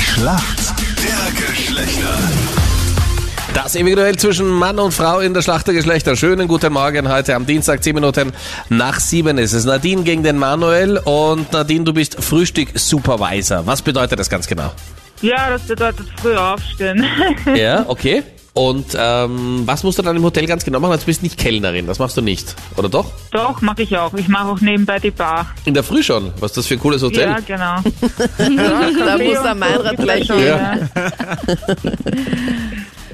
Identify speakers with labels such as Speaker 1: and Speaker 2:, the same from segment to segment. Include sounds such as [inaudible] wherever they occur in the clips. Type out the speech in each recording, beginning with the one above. Speaker 1: Schlacht der Geschlechter.
Speaker 2: Das ewige Duell zwischen Mann und Frau in der Schlacht der Geschlechter. Schönen guten Morgen heute am Dienstag, 10 Minuten nach 7 ist es. Nadine gegen den Manuel und Nadine, du bist Frühstück-Supervisor. Was bedeutet das ganz genau?
Speaker 3: Ja, das bedeutet früh aufstehen. [laughs]
Speaker 2: Ja, okay. Und ähm, was musst du dann im Hotel ganz genau machen? Also du bist nicht Kellnerin, das machst du nicht, oder doch?
Speaker 3: Doch, mache ich auch. Ich mache auch nebenbei die Bar.
Speaker 2: In der Früh schon. Was ist das für ein cooles Hotel?
Speaker 3: Ja,
Speaker 2: [laughs]
Speaker 3: genau.
Speaker 4: Da
Speaker 3: Kaffee
Speaker 4: muss der
Speaker 3: und
Speaker 4: Meinrad
Speaker 3: so gibt's
Speaker 4: gleich
Speaker 3: schon,
Speaker 4: hin.
Speaker 2: Ja.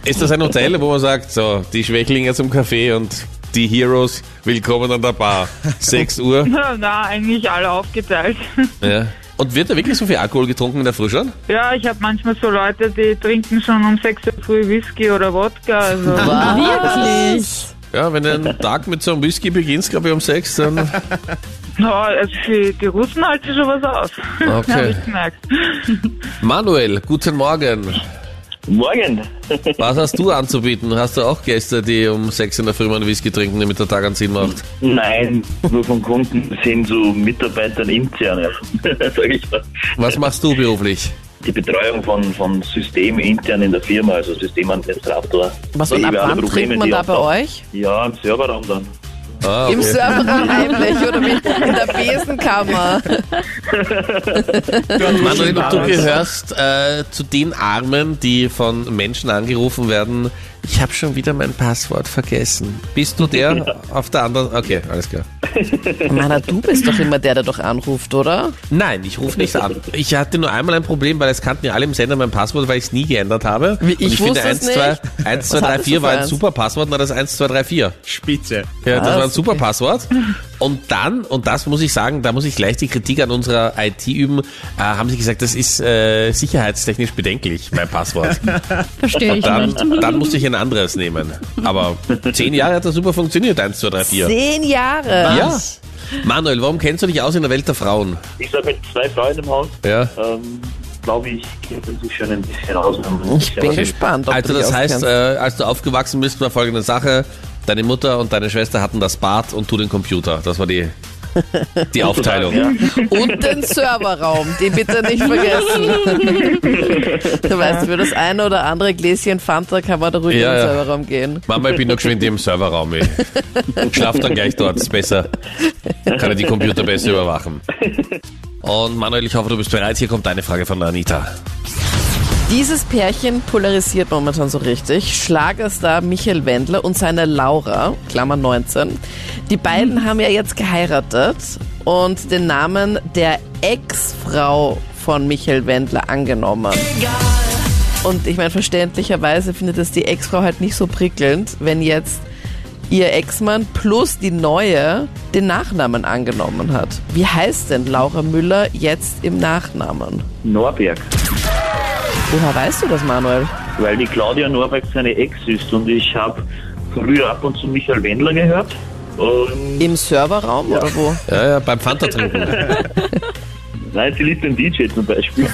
Speaker 2: Ist das ein Hotel, wo man sagt, so, die Schwächlinge zum Kaffee und die Heroes willkommen an der [laughs] Bar. 6 Uhr.
Speaker 3: ja. Na, eigentlich alle aufgeteilt.
Speaker 2: Ja. Und wird da wirklich so viel Alkohol getrunken in der Früh schon?
Speaker 3: Ja, ich habe manchmal so Leute, die trinken schon um 6 Uhr früh Whisky oder Wodka. Also.
Speaker 2: [laughs]
Speaker 4: Wirklich?
Speaker 2: Ja, wenn du einen Tag mit so einem Whisky beginnst, glaube ich, um sechs, dann...
Speaker 3: Na, also für die Russen halten sich schon was aus. [laughs]
Speaker 2: Okay.
Speaker 3: Hab ich gemerkt.
Speaker 2: Manuel, guten Morgen.
Speaker 5: Morgen.
Speaker 2: Was hast du anzubieten? Hast du auch Gäste, die um sechs in der Früh mal einen Whisky trinken, damit der Tag einen Sinn macht?
Speaker 5: Nein, nur von Kunden sind so Mitarbeitern intern, [laughs] sag ich mal.
Speaker 2: Was machst du beruflich?
Speaker 5: Die Betreuung von, von Systemen intern in der Firma, also Systemadministrator.
Speaker 4: Was
Speaker 5: Da
Speaker 4: und ab
Speaker 5: liebe alle
Speaker 4: wann
Speaker 5: Probleme,
Speaker 4: trinkt man
Speaker 5: die
Speaker 4: da bei
Speaker 5: auftauchen.
Speaker 4: euch?
Speaker 5: Ja, im Serverraum dann.
Speaker 2: Ah,
Speaker 4: Im Serverraum heimlich oder mit in der Besenkammer?
Speaker 2: Manuel, du gehörst äh, zu den Armen, die von Menschen angerufen werden. Ich habe schon wieder mein Passwort vergessen. Bist du der auf der anderen? Okay, alles klar.
Speaker 4: Mana, du bist doch immer der, der doch anruft, oder?
Speaker 2: Nein, ich rufe nicht
Speaker 4: [laughs]
Speaker 2: an. Ich hatte nur einmal ein Problem, weil es kannten ja alle im Sender mein Passwort, weil ich es nie geändert habe.
Speaker 4: Wie,
Speaker 2: Und
Speaker 4: ich wusste
Speaker 2: 1,
Speaker 4: es nicht.
Speaker 2: 2, [laughs] 1, 2, 3,
Speaker 4: hattest du
Speaker 2: 4 war
Speaker 4: für
Speaker 2: ein
Speaker 4: eins? Ah,
Speaker 2: super Passwort, na das 1, 2, 3, 4.
Speaker 6: Spitze.
Speaker 2: Ja, das
Speaker 4: Was?
Speaker 2: war ein super Passwort. Und dann, und das muss ich sagen, da muss ich gleich die Kritik an unserer IT üben, äh, haben sie gesagt, das ist äh, sicherheitstechnisch bedenklich, mein
Speaker 4: [laughs]
Speaker 2: Passwort.
Speaker 7: Verstehe ich
Speaker 2: Dann,
Speaker 7: nicht.
Speaker 2: dann musste ich ein anderes nehmen. Aber zehn Jahre hat das super funktioniert, 1, 2, 3, 4.
Speaker 4: Zehn Jahre.
Speaker 2: Ja. Manuel, warum kennst du dich aus in der Welt der Frauen?
Speaker 5: Ich sag mit zwei Frauen im Haus,
Speaker 2: Ja.
Speaker 5: ähm, glaube ich, kennt man sich schon ein bisschen aus.
Speaker 4: Ich bin gespannt, ob
Speaker 2: Also
Speaker 4: du dich
Speaker 2: das heißt, äh,
Speaker 4: auskennst.
Speaker 2: als du aufgewachsen bist, war folgende Sache. Deine Mutter und deine Schwester hatten das Bad und du den Computer. Das war die,
Speaker 4: [laughs]
Speaker 2: die Aufteilung.
Speaker 5: Ja.
Speaker 4: Und den Serverraum, den bitte [laughs] nicht vergessen. du weißt, für das eine oder andere Gläschen Fanta kann man da ruhig
Speaker 2: Ja,
Speaker 4: in den
Speaker 2: ja.
Speaker 4: Serverraum gehen.
Speaker 2: Mama, ich bin noch geschwind im Serverraum. Ich schlaf dann gleich dort, ist besser. Kann er die Computer besser überwachen. Und Manuel, ich hoffe, du bist bereit. Hier kommt deine Frage von Anita.
Speaker 4: Dieses Pärchen polarisiert momentan so richtig. Schlagerstar Michael Wendler und seine Laura, Klammer 19. Die beiden haben ja jetzt geheiratet und den Namen der Ex-Frau von Michael Wendler angenommen. Und ich meine, verständlicherweise findet es die Ex-Frau halt nicht so prickelnd, wenn jetzt ihr Ex-Mann plus die neue den Nachnamen angenommen hat. Wie heißt denn Laura Müller jetzt im Nachnamen?
Speaker 5: Norberg,
Speaker 4: Woher weißt du das, Manuel?
Speaker 5: weil die Claudia Norberg seine Ex ist und ich habe früher ab und zu Michael Wendler gehört. Und
Speaker 4: Im Serverraum
Speaker 2: [laughs]
Speaker 4: oder wo?
Speaker 2: Ja, ja, beim Fanta
Speaker 4: [laughs]
Speaker 2: trinken.
Speaker 5: Nein, sie liebt den DJ zum Beispiel.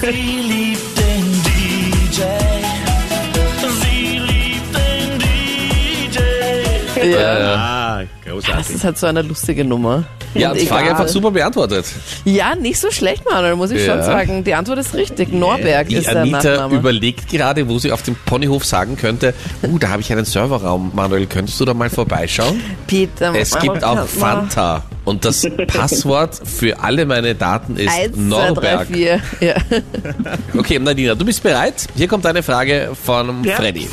Speaker 4: Ja.
Speaker 6: Ah,
Speaker 4: Das
Speaker 6: großartig.
Speaker 4: ist halt so eine lustige Nummer.
Speaker 2: Ja,
Speaker 4: Und
Speaker 2: die Frage
Speaker 4: egal.
Speaker 2: einfach super beantwortet.
Speaker 4: Ja, nicht so schlecht, Manuel, muss ich
Speaker 2: Ja.
Speaker 4: schon sagen. Die Antwort ist richtig. Norberg
Speaker 2: Die
Speaker 4: ist der
Speaker 2: Anita
Speaker 4: Nachname.
Speaker 2: überlegt gerade, wo sie auf dem Ponyhof sagen könnte, uh, da habe ich einen Serverraum. Manuel, könntest du da mal vorbeischauen?
Speaker 4: Peter,
Speaker 2: Es
Speaker 4: Mama,
Speaker 2: gibt
Speaker 4: Mama.
Speaker 2: auch Fanta. Und das Passwort für alle meine Daten ist
Speaker 4: Eins, zwei, drei,
Speaker 2: Norberg.
Speaker 4: vier. Ja.
Speaker 2: Okay, Nadina, du bist bereit? Hier kommt eine Frage von
Speaker 3: Ja.
Speaker 2: Freddy.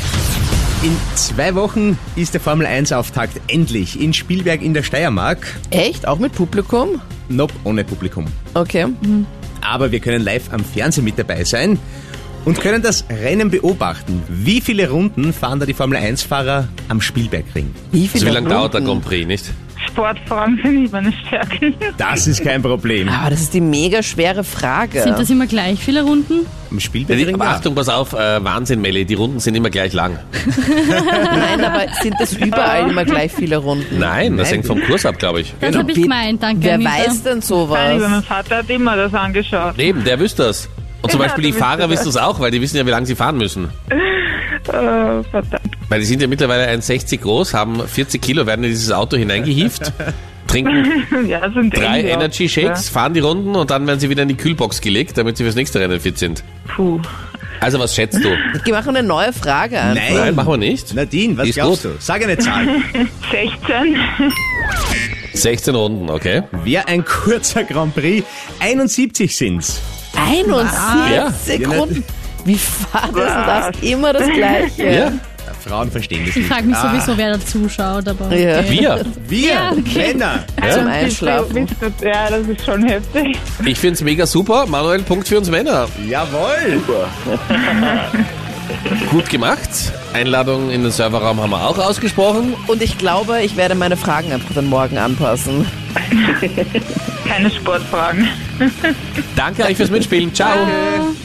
Speaker 6: In zwei Wochen ist der Formel 1-Auftakt endlich in Spielberg in der Steiermark.
Speaker 4: Echt? Auch mit Publikum?
Speaker 6: Nope, ohne Publikum.
Speaker 4: Okay.
Speaker 6: Aber wir können live am Fernsehen mit dabei sein und können das Rennen beobachten. Wie viele Runden fahren da die Formel 1-Fahrer am Spielbergring?
Speaker 4: Wie
Speaker 2: Also
Speaker 4: viele
Speaker 2: wie lange dauert der
Speaker 4: Runden?
Speaker 2: Grand Prix, nicht?
Speaker 3: Sportfragen sind nicht meine Stärken.
Speaker 6: Das ist kein Problem.
Speaker 4: Aber das ist die mega schwere Frage.
Speaker 7: Sind das immer gleich viele Runden?
Speaker 6: Am
Speaker 2: Die,
Speaker 6: Spielbergring.
Speaker 2: aber
Speaker 6: ja.
Speaker 2: Achtung, pass auf, äh, Wahnsinn, Melli, die Runden sind immer gleich lang.
Speaker 4: Nein, aber sind das überall immer gleich viele Runden?
Speaker 2: Nein, das
Speaker 6: Nein.
Speaker 2: hängt vom Kurs ab, glaube ich.
Speaker 7: Das
Speaker 6: Genau.
Speaker 7: habe ich
Speaker 4: Wie-
Speaker 7: gemeint, danke.
Speaker 4: Wer
Speaker 7: Anita.
Speaker 4: weiß denn
Speaker 3: Nein,
Speaker 4: sowas?
Speaker 3: mein Vater hat immer das angeschaut.
Speaker 2: Eben, der wüsste das. Und zum
Speaker 3: Ja,
Speaker 2: Beispiel
Speaker 3: der
Speaker 2: die
Speaker 3: wüsste
Speaker 2: Fahrer
Speaker 3: das.
Speaker 2: wissen es auch, weil die wissen ja, wie lange sie fahren müssen.
Speaker 3: Äh, verdammt. [laughs]
Speaker 2: Weil die sind ja mittlerweile 1,60 groß, haben 40 Kilo, werden in dieses Auto hineingehieft,
Speaker 3: [laughs]
Speaker 2: trinken
Speaker 3: Ja, sind
Speaker 2: drei
Speaker 3: irgendwie auch-
Speaker 2: Energy Shakes, fahren die Runden und dann werden sie wieder in die Kühlbox gelegt, damit sie fürs nächste Rennen fit sind.
Speaker 3: Ja. Puh.
Speaker 2: Also was schätzt du?
Speaker 4: Ich mache eine neue Frage an.
Speaker 6: Nein.
Speaker 2: Nein, machen wir nicht.
Speaker 6: Nadine, was
Speaker 2: Ist
Speaker 6: glaubst
Speaker 2: gut.
Speaker 6: du? Sag eine Zahl. [laughs]
Speaker 3: 16.
Speaker 2: 16 Runden, okay.
Speaker 6: Wer ein kurzer Grand Prix? 71 sind's.
Speaker 4: 71
Speaker 6: Ja.
Speaker 4: Sekunden. Wie war das? Und das immer das Gleiche.
Speaker 2: Ja.
Speaker 6: Frauen verstehen
Speaker 7: [laughs]
Speaker 6: das
Speaker 7: Ich
Speaker 6: nicht. Ah,
Speaker 7: frage mich sowieso, wer da zuschaut, aber.
Speaker 4: Ah. Ja.
Speaker 7: Okay.
Speaker 2: Wir.
Speaker 6: Wir
Speaker 7: [laughs]
Speaker 6: Männer.
Speaker 4: Zum
Speaker 3: Wie
Speaker 4: Einschlafen.
Speaker 3: viel bist du? Ja, das ist schon heftig.
Speaker 2: Ich find's mega super. Manuel, Punkt für uns Männer.
Speaker 6: Jawohl.
Speaker 2: Gut gemacht. Einladung in den Serverraum haben wir auch ausgesprochen.
Speaker 4: Und ich glaube, ich werde meine Fragen einfach dann morgen anpassen.
Speaker 3: Keine Sportfragen.
Speaker 2: Danke euch fürs Mitspielen. Ciao.
Speaker 7: Ciao.